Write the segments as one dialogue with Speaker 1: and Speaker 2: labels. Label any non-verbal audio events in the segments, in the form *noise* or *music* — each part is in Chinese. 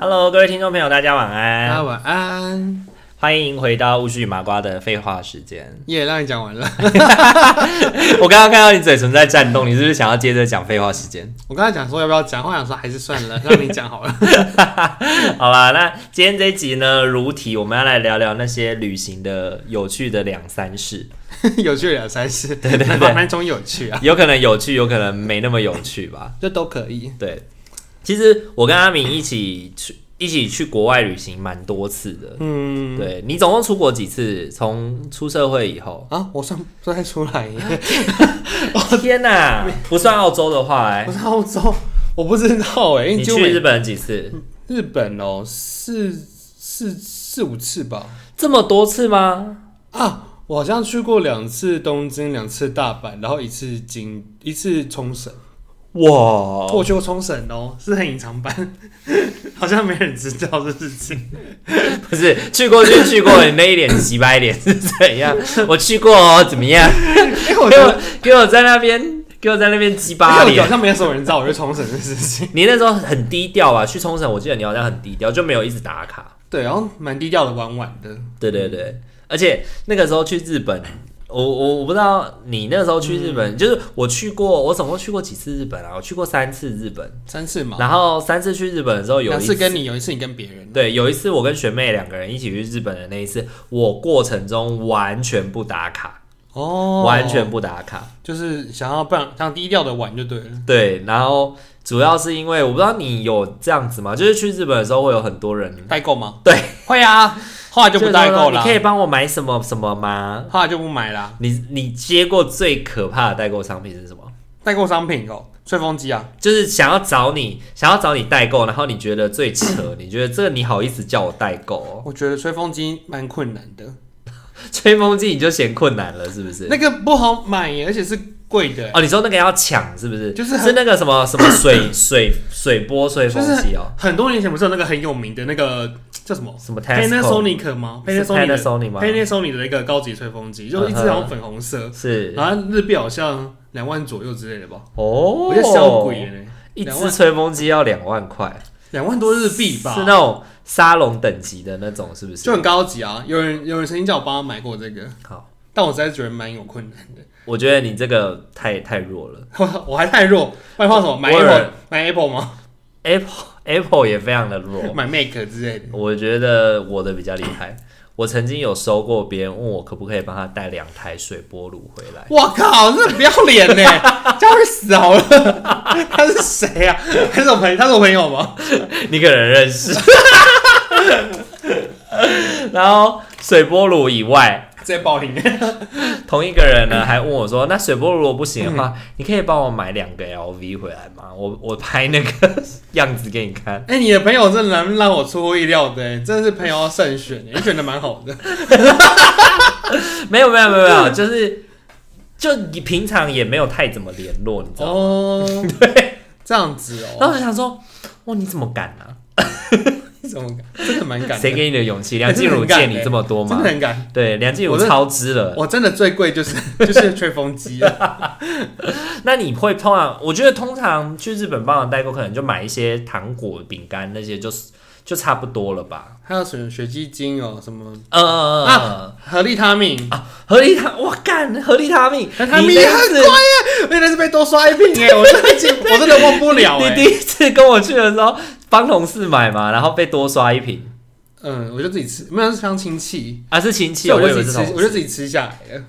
Speaker 1: Hello，各位听众朋友，大家晚
Speaker 2: 大
Speaker 1: 安，
Speaker 2: 家晚安，
Speaker 1: 欢迎回到巫师与麻瓜的废话时间。
Speaker 2: 耶、让你讲完了。 *laughs*
Speaker 1: 我刚刚看到你嘴唇在颤动，你是不是想要接着讲废话时间？
Speaker 2: 我刚才讲说要不要讲，后来想说还是算 *laughs* 了，让你讲好了。
Speaker 1: 好啦，那今天这一集呢，如题，我们要来聊聊那些旅行的有趣的两三事，
Speaker 2: 有趣的才是，对对对，哪种有趣啊？
Speaker 1: 有可能有趣，有可能没那么有趣吧。 *laughs*
Speaker 2: 这都可以。
Speaker 1: 对，其实我跟阿明一起去一起去国外旅行蛮多次的。
Speaker 2: 嗯，
Speaker 1: 对你总共出国几次？从出社会以 *laughs* 后，
Speaker 2: 啊，我算不太出来耶， *laughs*
Speaker 1: 天哪、不算澳洲的话、哎 *laughs*
Speaker 2: 我，是澳洲，我不知道哎。因为
Speaker 1: 你
Speaker 2: 几乎
Speaker 1: 去
Speaker 2: 每
Speaker 1: 日本几次？
Speaker 2: 日本哦，四四四五次吧。
Speaker 1: *laughs* 这么多次吗？
Speaker 2: 啊，我好像去过两次东京，两次大阪，然后一次京，一次冲绳。
Speaker 1: 哇！
Speaker 2: 我去过冲绳哦，是很隐藏版， *laughs* 好像没人知道这事情。
Speaker 1: 不是去过就去过，你那一脸洗白脸是
Speaker 2: *laughs*
Speaker 1: 怎样？我去过哦，怎么样？
Speaker 2: 因为我
Speaker 1: 给
Speaker 2: 觉得，
Speaker 1: 我给我在那边给我在那边鸡巴
Speaker 2: 因为我好
Speaker 1: 脸。
Speaker 2: 像没有什么人知道我去冲绳这事情。
Speaker 1: 你那时候很低调啊，去冲绳，我记得你好像很低调，就没有一直打卡。
Speaker 2: 对，然后蛮低调的，玩玩的。
Speaker 1: 对对对，而且那个时候去日本，我我我不知道你那个时候去日
Speaker 2: 嗯
Speaker 1: 本，就是我去过，我总共去过几次日本啊？我去过三次日本，
Speaker 2: 三次嘛，
Speaker 1: 然后三次去日本的时候有
Speaker 2: 嗯两
Speaker 1: 一次
Speaker 2: 次跟你，有一次你跟别人。
Speaker 1: 对，有一次我跟学妹两个人一起去日本的那一次，我过程中完全不打卡，
Speaker 2: 哦，
Speaker 1: 完全不打卡。
Speaker 2: 就是想要不然想低调的玩就对了。
Speaker 1: 对，然后主要是因为我不知道你有这样子吗？就是去日本的时候会有很多人
Speaker 2: 代购吗？
Speaker 1: 对，
Speaker 2: 会啊，后来就不代购
Speaker 1: 就
Speaker 2: 啦
Speaker 1: 是说你可，以帮我买什么什么吗？
Speaker 2: 后来就不买啦。
Speaker 1: 你你接过最可怕的代购商品是什么？
Speaker 2: 代购商品哦，吹风机啊，
Speaker 1: 就是想要找你，想要找你代购，然后你觉得
Speaker 2: *coughs*
Speaker 1: 最扯，你觉得这个你好意思叫我代购、哦？
Speaker 2: 我觉得吹风机蛮困难的，
Speaker 1: 吹风机你就嫌困难了，是不是？
Speaker 2: 那个不好买耶，而且是贵的耶。
Speaker 1: 哦，你说那个要抢是不是？
Speaker 2: 就是很
Speaker 1: 是那个什么什么水水水波吹风机哦，
Speaker 2: 很多年前不是有那个很有名的那个叫什么
Speaker 1: 什么 Tesco
Speaker 2: Panasonic 吗
Speaker 1: 是
Speaker 2: Panasonic 的
Speaker 1: Panasonic 吗？
Speaker 2: Panasonic 的那个高级吹风机，就一只
Speaker 1: 嗯哼
Speaker 2: 好像粉红色，
Speaker 1: 是
Speaker 2: 然后日币好像两万左右之类的吧，
Speaker 1: 哦，
Speaker 2: 我觉得小鬼了呢，
Speaker 1: 一
Speaker 2: 两
Speaker 1: 只
Speaker 2: 万
Speaker 1: 吹风机要两万块，
Speaker 2: 两万多日币吧
Speaker 1: 是，那种沙龙等级的那种，是不？
Speaker 2: 就是很高级啊。有人有人曾经叫我帮他买过这个，
Speaker 1: 好，
Speaker 2: 但我实在是觉得蛮有困难的， *laughs*
Speaker 1: 我觉得你这个太太弱了。
Speaker 2: 我我还太弱，不然换什么买
Speaker 1: 我
Speaker 2: Apple 买 Apple 吗？
Speaker 1: Apple *laughs* Apple 也非常的弱，
Speaker 2: 买 Mac 之类的，
Speaker 1: 我觉得我的比较厉害。我曾经有收过别人问我可不可以帮他带两台水波炉回
Speaker 2: *laughs*
Speaker 1: 来，
Speaker 2: 我靠，这不要脸呢，这样会死好了。 *laughs* 他是谁啊？他是我朋友，他是我朋友吗？
Speaker 1: 你可能认识。 *laughs* 然后水波炉以外，
Speaker 2: 直接报应。
Speaker 1: 同一个人呢还问我说：“那水波炉如果不行的
Speaker 2: 嗯
Speaker 1: 话，你可以帮我买两个 LV 回来吗？我我拍那个样子给你看。”
Speaker 2: 哎、你的朋友真的蛮让我出乎意料的，哎真的是朋友要慎选，你选的蛮好的。
Speaker 1: 没有没有没有没
Speaker 2: 嗯
Speaker 1: 有，就是就你平常也没有太怎么联络，你知道吗？
Speaker 2: 哦， *laughs* 对，这样子
Speaker 1: 然
Speaker 2: 哦，
Speaker 1: 后我就想说，哇，你怎么敢啊？
Speaker 2: 你怎么敢？真的蛮敢的，
Speaker 1: 谁给你
Speaker 2: *laughs*
Speaker 1: 的勇气？梁静
Speaker 2: 真的
Speaker 1: 茹
Speaker 2: 很敢
Speaker 1: 借
Speaker 2: 欸
Speaker 1: 你这么多
Speaker 2: 真
Speaker 1: 吗
Speaker 2: 的？很敢。
Speaker 1: 对，梁静茹
Speaker 2: 我真的
Speaker 1: 超支了。
Speaker 2: 我真的最贵就是 *laughs* 就是吹风机啊，
Speaker 1: 那你会通常，我觉得通常去日本帮忙代购，可能就买一些糖果、饼干那些，就是就差不多了吧。
Speaker 2: 还有什么雪肌精哦，什么
Speaker 1: 嗯嗯嗯嗯，
Speaker 2: 合力他命，
Speaker 1: 合力他，我干，合力他命，
Speaker 2: 合力哎他命
Speaker 1: 你
Speaker 2: 也
Speaker 1: 那
Speaker 2: 很
Speaker 1: 次
Speaker 2: 贵耶，而且哎是被多刷一瓶哎，我真的记
Speaker 1: *laughs*
Speaker 2: 我真的忘不了
Speaker 1: 你第
Speaker 2: 哎。
Speaker 1: 一次跟我去的时候，帮同事买嘛，然后被多刷一瓶，
Speaker 2: 嗯，我就自己吃，没有是当亲戚，
Speaker 1: 啊是亲戚，
Speaker 2: 所以
Speaker 1: 我以
Speaker 2: 就
Speaker 1: 为
Speaker 2: 自
Speaker 1: 是
Speaker 2: 己
Speaker 1: 同
Speaker 2: 吃，
Speaker 1: 事
Speaker 2: 我就自己吃下来了。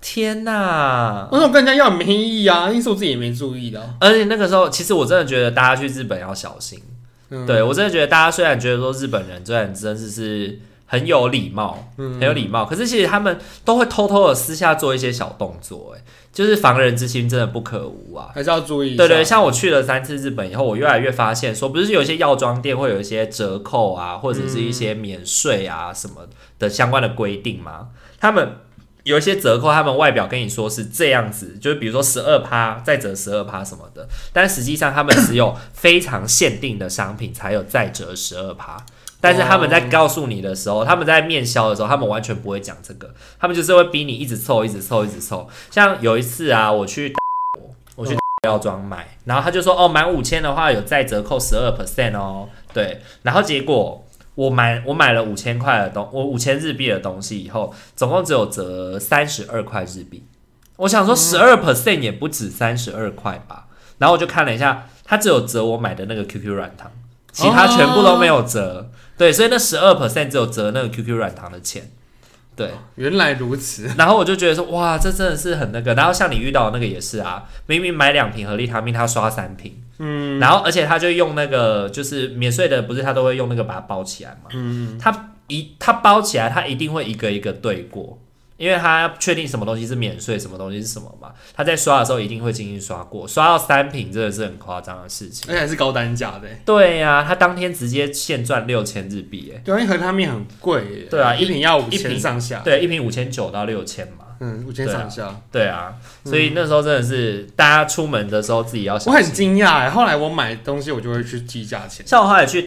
Speaker 1: 天呐！
Speaker 2: 我说我跟人家要很没意义啊，因为是我自己也没注意的啊。
Speaker 1: 而且那个时候，其实我真的觉得大家去日本要小心。
Speaker 2: 嗯，
Speaker 1: 对我真的觉得大家虽然觉得说日本人虽然真的是很有礼貌，
Speaker 2: 嗯
Speaker 1: 很有礼貌。可是其实他们都会偷偷的私下做一些小动作、哎，就是防人之心真的不可无啊。
Speaker 2: 还是要注意一下。
Speaker 1: 对对，像我去了三次日本以后，我越来越发现说，不是有一些药妆店会有一些折扣啊，或者是一些免税啊什么的相关的规定吗？他们有一些折扣，他们外表跟你说是这样子，就是比如说十二趴再折十二趴什么的，但实际上他们只有非常限定的商品才有再折十二趴。但是他们在告诉你的时候，他们在面销的时候，他们完全不会讲这个，他们就是会逼你一直凑，一直凑，一直凑。像有一次啊，我去我去 *laughs* 药妆买，然后他就说哦，满五千的话有再折扣十二 percent 哦，对，然后结果我买我买了五千块的东，我五千日币的东西以后，总共只有折三十二块日币，我想说十二 percent 也不止三十二块吧，然后我就看了一下，它只有折我买的那个 QQ 软糖，其他全部都没有折，对，所以那十二 percent 只有折那个 QQ 软糖的钱，对，
Speaker 2: 原来如此，
Speaker 1: 然后我就觉得说，哇，这真的是很那个。然后像你遇到的那个也是啊，明明买两瓶合力他命，他刷三瓶，嗯，然后而且他就用那个就是免税的，不是他都会用那个把它包起来嘛，嗯，他一他包起来，他一定会一个一个对过，因为他确定什么东西是免税，什么东西是什么嘛，他在刷的时候一定会精心刷过，刷到三瓶真的是很夸张的事情。
Speaker 2: 而且还是高单价的欸。
Speaker 1: 对呀、他当天直接现赚六千日币，哎，
Speaker 2: 对啊，因为和他面很贵耶。
Speaker 1: 对啊一
Speaker 2: 一瓶要五
Speaker 1: 一瓶
Speaker 2: 千上下。
Speaker 1: 对，一瓶五千九到六千嘛。
Speaker 2: 嗯，五千
Speaker 1: 对啊
Speaker 2: 上下。
Speaker 1: 对啊，所以那时候真的是大家出门的时候自己要
Speaker 2: 我
Speaker 1: 小
Speaker 2: 很
Speaker 1: 心。
Speaker 2: 惊讶哎，后来我买东西我就会去记价钱。
Speaker 1: 像我后来去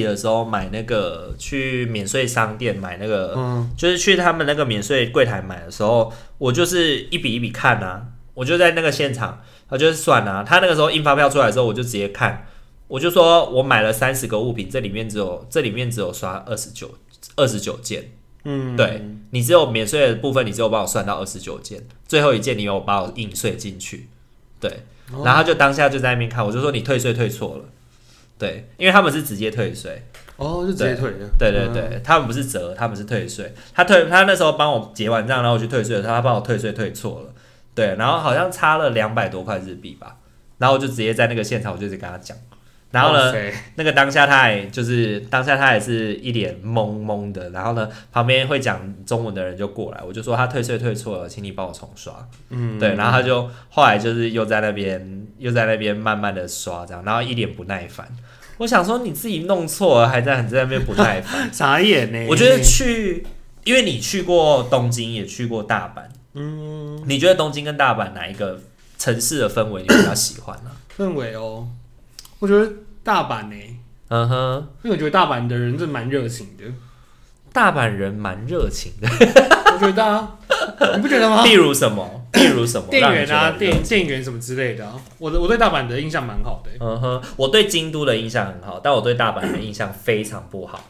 Speaker 1: *laughs* 的时候买那个去免税商店买那个，
Speaker 2: 嗯，
Speaker 1: 就是去他们那个免税柜台买的时候，我就是一笔一笔看啊，我就在那个现场，我就是算啊，他那个时候印发票出来的时候，我就直接看，我就说我买了三十个物品，这里面只有这里面只有刷二十九二十九件。
Speaker 2: 嗯，
Speaker 1: 对你只有免税的部分，你只有帮我算到二十九件，最后一件你有把我硬税进去，对，
Speaker 2: 哦
Speaker 1: 然后他就当下就在那边看，我就说你退税退错了，对，因为他们是直接退税，
Speaker 2: 哦，就直接退了。
Speaker 1: 对对
Speaker 2: 嗯，
Speaker 1: 对，他们不是折，他们是退税，他退他那时候帮我结完账，然后我去退税的时候，他帮我退税退错了，对，然后好像差了两百多块日币吧，然后我就直接在那个现场我就直接跟他讲，然后呢
Speaker 2: 哇，塞？
Speaker 1: 那个当下他还就是当下他也是一脸懵懵的，然后呢，旁边会讲中文的人就过来，我就说他退税退错了，请你帮我重刷。 *laughs*
Speaker 2: 嗯，
Speaker 1: 对，然后他就后来就是又在那边又在那边慢慢的刷这样，然后一脸不耐烦。我想说你自己弄错了，还在还在那边不
Speaker 2: *laughs*
Speaker 1: 耐烦。
Speaker 2: 傻眼呢。
Speaker 1: 我觉得去，因为你去过东京，也去过大阪，嗯，你觉得东京跟大阪哪一个城市的氛围你比较喜欢呢、
Speaker 2: 认为哦，我觉得大阪呢，
Speaker 1: 嗯哼，
Speaker 2: 因为我觉得大阪的人真的蛮热情的。
Speaker 1: 大阪人蛮热情的。
Speaker 2: 我觉得啊， *laughs* 你不觉
Speaker 1: *laughs*
Speaker 2: 得吗？ *laughs*
Speaker 1: 例如什么？例如什么？
Speaker 2: 店
Speaker 1: 让你
Speaker 2: 员
Speaker 1: 觉得
Speaker 2: 啊，
Speaker 1: 很热
Speaker 2: 店店员什么之类的啊。我的我对大阪的印象蛮好的欸、
Speaker 1: 嗯哼，我对京都的印象很好，但我对大阪的印象非常不好，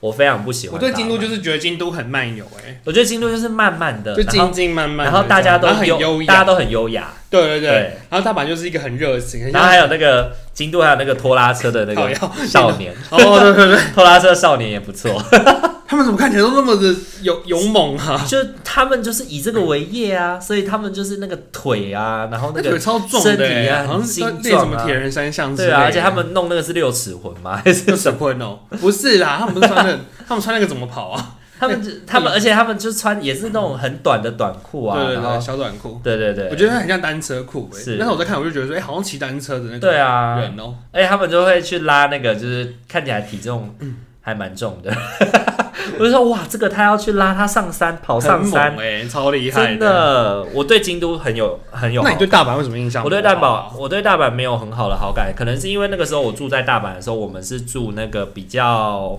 Speaker 1: 我非常不喜欢。，
Speaker 2: 我对京都就是是觉得京都很慢游、欸，
Speaker 1: 我觉得京都就是慢慢的，
Speaker 2: 就
Speaker 1: 然后
Speaker 2: 静静慢慢的
Speaker 1: 然
Speaker 2: 这样，
Speaker 1: 后大家都
Speaker 2: 然后很
Speaker 1: 优，
Speaker 2: 优
Speaker 1: 大家
Speaker 2: 雅，
Speaker 1: 都很优雅，
Speaker 2: 对对对。
Speaker 1: 对
Speaker 2: 然后大阪就是一个很热情，很
Speaker 1: 然后还
Speaker 2: 像
Speaker 1: 有那个京都还有那个拖拉车的那
Speaker 2: 烤
Speaker 1: 个
Speaker 2: 鸭
Speaker 1: 少年，
Speaker 2: 哦，对对对，
Speaker 1: *laughs* 拖拉车少年也
Speaker 2: *laughs*
Speaker 1: 不错，
Speaker 2: 他们怎么看起来都那么的勇勇猛啊？
Speaker 1: 就他们就是以这个为业啊，所以他们就是那个腿啊，然后那
Speaker 2: 那腿
Speaker 1: 个。
Speaker 2: 超重的、
Speaker 1: 身体啊
Speaker 2: 欸，好像
Speaker 1: 很
Speaker 2: 是
Speaker 1: 精
Speaker 2: 练什
Speaker 1: 壮啊
Speaker 2: 么铁人三项之类
Speaker 1: 对
Speaker 2: 的。
Speaker 1: 啊，而且他们弄那个是六尺魂
Speaker 2: *laughs*
Speaker 1: 吗？还 *laughs* 是
Speaker 2: 就神棍哦，不是啦，他们不是穿那，他们穿那个 *laughs* 怎么跑啊？
Speaker 1: 他们就他们，而且他们就穿也是那种很短的短裤啊，
Speaker 2: 对对
Speaker 1: 然后
Speaker 2: 对，小短裤，
Speaker 1: 对对对，
Speaker 2: 我觉得它很像单车裤、欸。
Speaker 1: 是
Speaker 2: 但是我在看，我就觉得说，哎、好像骑单车的那种
Speaker 1: 对啊，
Speaker 2: 人哦、
Speaker 1: 而且他们就会去拉那个，就是看起来体重还蛮重的。 *laughs* 我就说哇，这个他要去拉，他上山跑
Speaker 2: 很
Speaker 1: 上
Speaker 2: 猛
Speaker 1: 山，
Speaker 2: 哎、超厉害
Speaker 1: 真的。我对京都很有很有好
Speaker 2: 那你对大阪有什么印象？
Speaker 1: 我对大阪，我对大阪没有很好的好感，可能是因为那个时候我住在大阪的时候，我们是住那个比较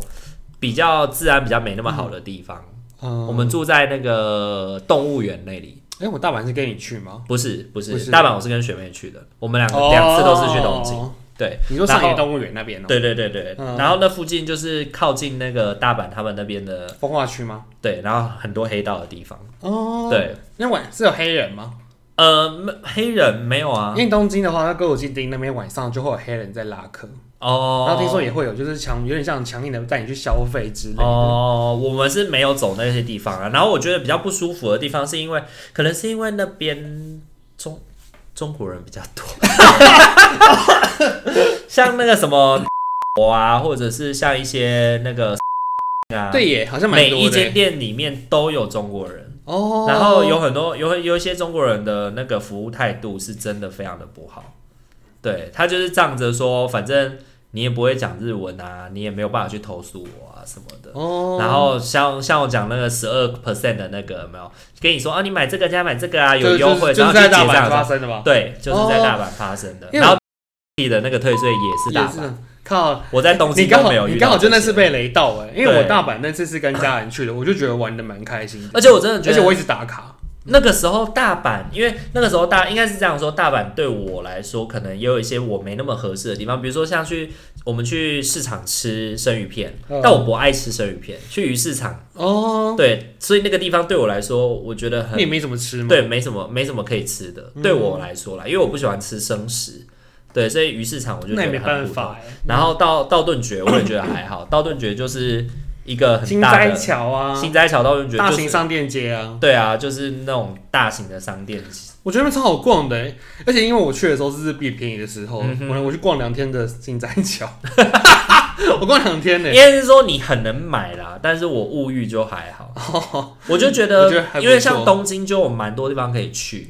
Speaker 1: 比较治安比较没那么好的地方，
Speaker 2: 嗯，
Speaker 1: 我们住在那个动物园那里。
Speaker 2: 哎、我大阪是跟你去吗？
Speaker 1: 不是不是，
Speaker 2: 不是
Speaker 1: 大阪我是跟学妹去的，我们两个两、次都是去东京。
Speaker 2: 哦
Speaker 1: 对，
Speaker 2: 你说上
Speaker 1: 然
Speaker 2: 野
Speaker 1: 后
Speaker 2: 动物园那边哦、
Speaker 1: 对对对对，
Speaker 2: 嗯
Speaker 1: 然后那附近就是靠近那个大阪他们那边的，
Speaker 2: 风化区吗？
Speaker 1: 对，然后很多黑道的地方，
Speaker 2: 哦，，
Speaker 1: 对，
Speaker 2: 那晚是有黑人吗？
Speaker 1: 呃，没黑人没有啊
Speaker 2: 因，为东京的话，那歌舞伎町那边晚上就会有黑人在拉客，
Speaker 1: 哦，
Speaker 2: 然后听说也会有就是强，有点像强硬的带你去消费之类的。
Speaker 1: 哦，我们是没有走那些地方啊，然后我觉得比较不舒服的地方是因为，可能是因为那边中中国人比较多， *laughs* 像那个什么啊，或者是像一些那个啊，
Speaker 2: 对耶，好像蛮
Speaker 1: 每
Speaker 2: 多
Speaker 1: 一
Speaker 2: 的
Speaker 1: 间
Speaker 2: 耶。
Speaker 1: 店里面都有中国人，
Speaker 2: 哦，
Speaker 1: 然后有很多有有一些中国人的那个服务态度是真的非常的不好，对他就是仗着说反正你也不会讲日文啊，你也没有办法去投诉我啊什么的。
Speaker 2: 哦，
Speaker 1: 然后像像我讲那个十二 percent 的那个有没有跟你说啊，你买这个加买这个啊
Speaker 2: 就
Speaker 1: 有优惠，
Speaker 2: 就是就
Speaker 1: 然后
Speaker 2: 是
Speaker 1: 去
Speaker 2: 在
Speaker 1: 结
Speaker 2: 大阪
Speaker 1: 账的时
Speaker 2: 发
Speaker 1: 候，
Speaker 2: 生的吧？
Speaker 1: 对，就是在
Speaker 2: 哦
Speaker 1: 大阪发生的。
Speaker 2: 因为
Speaker 1: 然后你的那个退税也是大
Speaker 2: 也是
Speaker 1: 阪，
Speaker 2: 的，靠，
Speaker 1: 我在东
Speaker 2: 你
Speaker 1: 京
Speaker 2: 刚
Speaker 1: 都没
Speaker 2: 好
Speaker 1: 有
Speaker 2: 你
Speaker 1: 遇到这些，
Speaker 2: 刚好就那次被雷到哎，因为
Speaker 1: 对
Speaker 2: 我大阪那次是跟家人去的，我就觉得玩的蛮开心的，
Speaker 1: 而且我真的觉
Speaker 2: 而
Speaker 1: 得，
Speaker 2: 且我一直打卡，
Speaker 1: 那个时候大阪，因为那个时候大应该是这样说，大阪对我来说，可能也有一些我没那么合适的地方，比如说像去我们去市场吃生鱼片，
Speaker 2: 嗯
Speaker 1: 但我不爱吃生鱼片，去鱼市场，
Speaker 2: 哦，
Speaker 1: 对，所以那个地方对我来说，我觉得
Speaker 2: 你也
Speaker 1: 很
Speaker 2: 没怎么吃嘛，
Speaker 1: 对，没什么没什么可以吃的，对我来说啦，因为我不喜欢吃生食，对，所以鱼市场我就
Speaker 2: 那也
Speaker 1: 觉得
Speaker 2: 没
Speaker 1: 很
Speaker 2: 办
Speaker 1: 普通。
Speaker 2: 法哎，
Speaker 1: 然后到到顿觉我也觉得还好，到顿觉就是一个很
Speaker 2: 新
Speaker 1: 大
Speaker 2: 斋
Speaker 1: 的
Speaker 2: 桥啊，
Speaker 1: 新斋桥到顿觉
Speaker 2: 大
Speaker 1: 就
Speaker 2: 型
Speaker 1: 是。
Speaker 2: 商店街啊，
Speaker 1: 对啊，就是那种大型的商店，
Speaker 2: 我觉得那边超好逛的欸，而且因为我去的时候是日币便宜的时候，
Speaker 1: 嗯哼
Speaker 2: 我我去逛两天的新斋
Speaker 1: *laughs*
Speaker 2: 桥，我逛两天呢
Speaker 1: 应。该是说你很能买啦，但是我物欲就还好，我就觉
Speaker 2: 哦我觉得还不错
Speaker 1: 因为像东京就有蛮多地方可以去，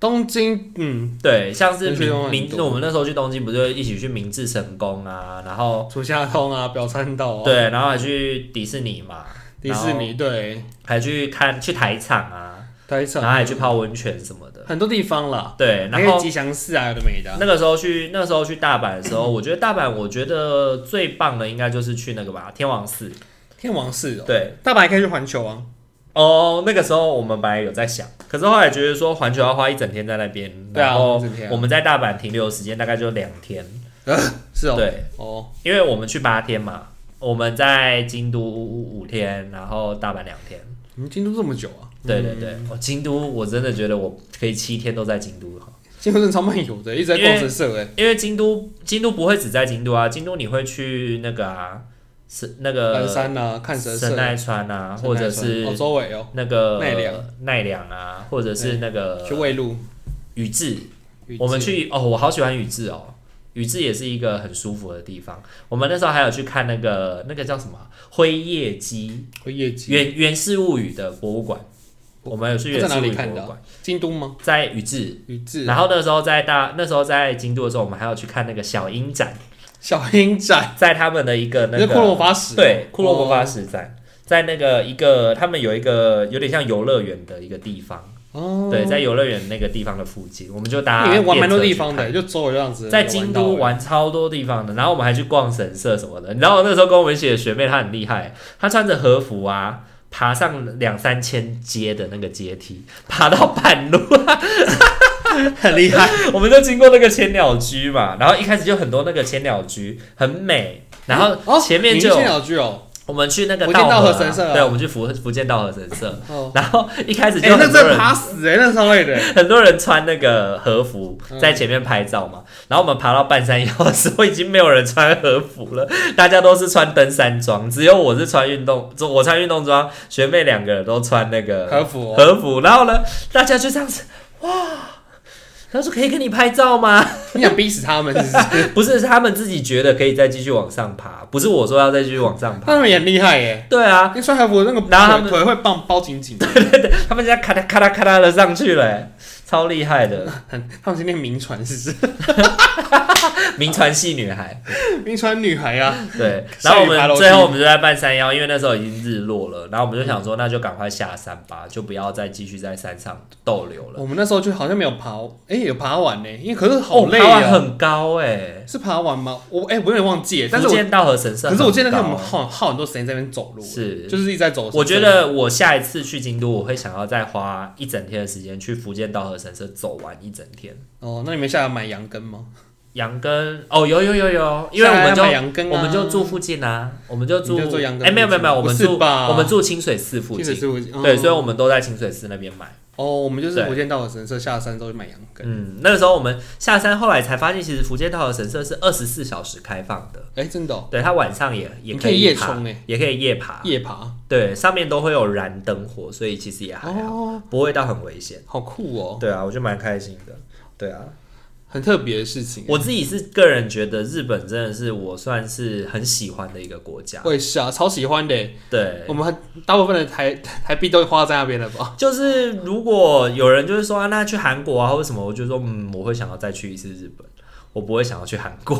Speaker 2: 东京，嗯，
Speaker 1: 对，像是
Speaker 2: 东京有
Speaker 1: 明
Speaker 2: 很
Speaker 1: 明，
Speaker 2: 多
Speaker 1: 我们那时候去东京不就一起去明治神宫啊，然后
Speaker 2: 竹下通啊，表参道啊，
Speaker 1: 对，然后还去迪士尼嘛，
Speaker 2: 迪士尼，对，
Speaker 1: 还去看去台场啊，
Speaker 2: 台
Speaker 1: 然后还
Speaker 2: 场，
Speaker 1: 去泡温泉什么的，
Speaker 2: 很多地方啦，
Speaker 1: 对，
Speaker 2: 还
Speaker 1: 然
Speaker 2: 有
Speaker 1: 后
Speaker 2: 吉祥寺啊，有的没的啊。
Speaker 1: 那个时候去那个时候去大阪的时候，我觉得大阪我觉得最棒的应该就是去那个吧天王寺，
Speaker 2: 天王寺哦，
Speaker 1: 对，
Speaker 2: 大阪还可以去环球啊，
Speaker 1: 哦，那个时候我们本来有在想，可是后来觉得说环球要花一整天在那边，
Speaker 2: 对啊
Speaker 1: 然后
Speaker 2: 一整天啊
Speaker 1: 我们在大阪停留的时间大概就两天，
Speaker 2: *laughs* 是哦，
Speaker 1: 呃对，
Speaker 2: 哦，
Speaker 1: 因为我们去八天嘛，我们在京都五天，然后大阪两天，
Speaker 2: 你们京都这么久啊？
Speaker 1: 对对对，我、京都我真的觉得我可以七天都在京都哈，
Speaker 2: 京都真的超漫游的，一直在
Speaker 1: 因
Speaker 2: 逛
Speaker 1: 为
Speaker 2: 神社哎，
Speaker 1: 因为京都京都不会只在京都啊，京都你会去那个啊，是那
Speaker 2: 蓝
Speaker 1: 个
Speaker 2: 山啊，看神社
Speaker 1: 呃神，奈川啊，
Speaker 2: 神奈川
Speaker 1: 或者是
Speaker 2: 哦周围哦，
Speaker 1: 那个
Speaker 2: 奈良
Speaker 1: 奈良啊，或者是那个
Speaker 2: 去卫路，
Speaker 1: 宇治。
Speaker 2: 宇治
Speaker 1: 我们去哦，我好喜欢宇治哦，宇治也是一个很舒服的地方。我们那时候还有去看那个那个叫什么啊辉夜姬
Speaker 2: 会夜景，
Speaker 1: 源源氏物语的博物馆，我们有去源
Speaker 2: 在
Speaker 1: 氏
Speaker 2: 哪
Speaker 1: 物
Speaker 2: 里
Speaker 1: 语博
Speaker 2: 看的
Speaker 1: 物
Speaker 2: 啊
Speaker 1: 馆，
Speaker 2: 京都吗？
Speaker 1: 在宇治。
Speaker 2: 宇治啊
Speaker 1: 然后那时候在大那时候在京都的时候，我们还有去看那个小鹰展，
Speaker 2: 小鹰展，
Speaker 1: 在他们的一个那
Speaker 2: 是
Speaker 1: 个
Speaker 2: 库洛哦魔法使吗，
Speaker 1: 对库洛魔法
Speaker 2: 使
Speaker 1: 使展，在那个一个他们有一个有点像游乐园的一个地方，
Speaker 2: 哦，
Speaker 1: 对，在游乐园那个地方的附近，我们就搭
Speaker 2: 里面玩蛮多
Speaker 1: 电车
Speaker 2: 地
Speaker 1: 去
Speaker 2: 方
Speaker 1: 看
Speaker 2: 的，就周围这样子，
Speaker 1: 在京都玩超多地方的，然后我们还去逛神社什么的。你知道我那时候跟我们一起的学妹，她很厉害，她穿着和服啊，爬上两三千阶的那个阶梯，爬到半路，
Speaker 2: 很厉害，
Speaker 1: 我们就经过那个千鸟居嘛，然后一开始就很多那个千鸟居很美， *laughs* 然后
Speaker 2: 哦，
Speaker 1: 前面就
Speaker 2: 千
Speaker 1: 有
Speaker 2: 鸟居哦，
Speaker 1: 我们去那个
Speaker 2: 福建
Speaker 1: 道
Speaker 2: 道和
Speaker 1: 啊
Speaker 2: 神社啊
Speaker 1: 对，我们去福福建道和神社，
Speaker 2: 哦，
Speaker 1: 然后一开始
Speaker 2: 哎，
Speaker 1: 就
Speaker 2: 那
Speaker 1: 很多
Speaker 2: 真的
Speaker 1: 人
Speaker 2: 爬死哎，那超累的，
Speaker 1: 很多人穿那个和服
Speaker 2: 嗯
Speaker 1: 在前面拍照嘛，然后我们爬到半山腰的时候，已经没有人穿和服了，大家都是穿登山装，只有我是穿运动，我穿运动装，学妹两个人都穿那个
Speaker 2: 和服哦
Speaker 1: 和服，然后呢，大家就这样子，哇，他说可以跟你拍照吗？
Speaker 2: *laughs* 你想逼死他们是不
Speaker 1: *laughs*
Speaker 2: 是？
Speaker 1: 不是，是他们自己觉得可以再继续往上爬，不是我说要再继续往上爬，
Speaker 2: 他们也很厉害耶，
Speaker 1: 对啊，
Speaker 2: 你穿和服那个
Speaker 1: 然后他们
Speaker 2: 腿腿会棒包紧紧的，
Speaker 1: 他们现在咔嗒咔嗒咔嗒的上去了、欸超厉害的，
Speaker 2: 很他们今天名传是不
Speaker 1: 名传系女孩。
Speaker 2: 是？ *laughs* 名传女孩啊， *laughs*
Speaker 1: 对，然后我
Speaker 2: 下雨爬楼
Speaker 1: 们
Speaker 2: 梯
Speaker 1: 最后我们就在半山腰，因为那时候已经日落了，然后我们就想说，那就赶快下山吧，就不要再继续在山上逗留了。
Speaker 2: 我们那时候就好像没有爬，哎，有爬完呢，因为可是
Speaker 1: 哦
Speaker 2: 好累
Speaker 1: 爬完
Speaker 2: 啊，
Speaker 1: 很高哎、
Speaker 2: 是爬完吗？我哎，我有点忘记耶，但是
Speaker 1: 福
Speaker 2: 我
Speaker 1: 建道和神社
Speaker 2: 可
Speaker 1: 很
Speaker 2: 是
Speaker 1: 高，啊
Speaker 2: 我记得那天我们耗耗很多时间在那边走路，
Speaker 1: 是
Speaker 2: 就是一直在走。
Speaker 1: 我觉得我下一次去京都，我会想要再花一整天的时间去福建道和神社走完一整天。
Speaker 2: 哦，那你们下来买羊羹吗？
Speaker 1: 羊羹哦，有有有有，因为我们就
Speaker 2: 下来买羊羹啊
Speaker 1: 我们就住附近啊，我们就住
Speaker 2: 你就住羊羹
Speaker 1: 哎、没有没有没有，我
Speaker 2: 附
Speaker 1: 们
Speaker 2: 近
Speaker 1: 住
Speaker 2: 不是吧
Speaker 1: 我们住清水寺附
Speaker 2: 清水
Speaker 1: 近，
Speaker 2: 寺哦附近
Speaker 1: 对，所以
Speaker 2: 以
Speaker 1: 我们都在清水寺那边买。
Speaker 2: 哦，我们就是
Speaker 1: 对
Speaker 2: 福建道的神社下山之后就买羊羹。
Speaker 1: 嗯，那个时候我们下山，后来才发现，其实福建道的神社是二十四小时开放的。
Speaker 2: 哎，真的哦，
Speaker 1: 对，它晚上也也
Speaker 2: 你
Speaker 1: 可
Speaker 2: 可以夜
Speaker 1: 爬
Speaker 2: 冲欸
Speaker 1: 也可以夜爬。
Speaker 2: 夜爬
Speaker 1: 对，上面都会有燃灯火，所以其实也还好，
Speaker 2: 哦，
Speaker 1: 不会到很危险。
Speaker 2: 好酷哦。
Speaker 1: 对啊，我就蛮开心的。对啊，
Speaker 2: 很特别的事情。
Speaker 1: 我自己是个人觉得日本真的是我算是很喜欢的一个国家，
Speaker 2: 我也是啊，超喜欢的欸。
Speaker 1: 对，
Speaker 2: 我们很大部分的台台币都花在那边了
Speaker 1: *laughs*
Speaker 2: 吧？
Speaker 1: 就是如果有人就是说啊，那去韩国啊或者什么，我就说嗯，我会想要再去一次日本，我不会想要去韩国。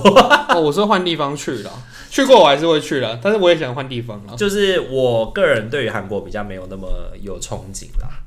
Speaker 2: 哦，我是换地方去了，去过我还是会去了，但是我也想换地方了
Speaker 1: 就是我个人对于韩国比较没有那么有憧憬啦。
Speaker 2: 啊。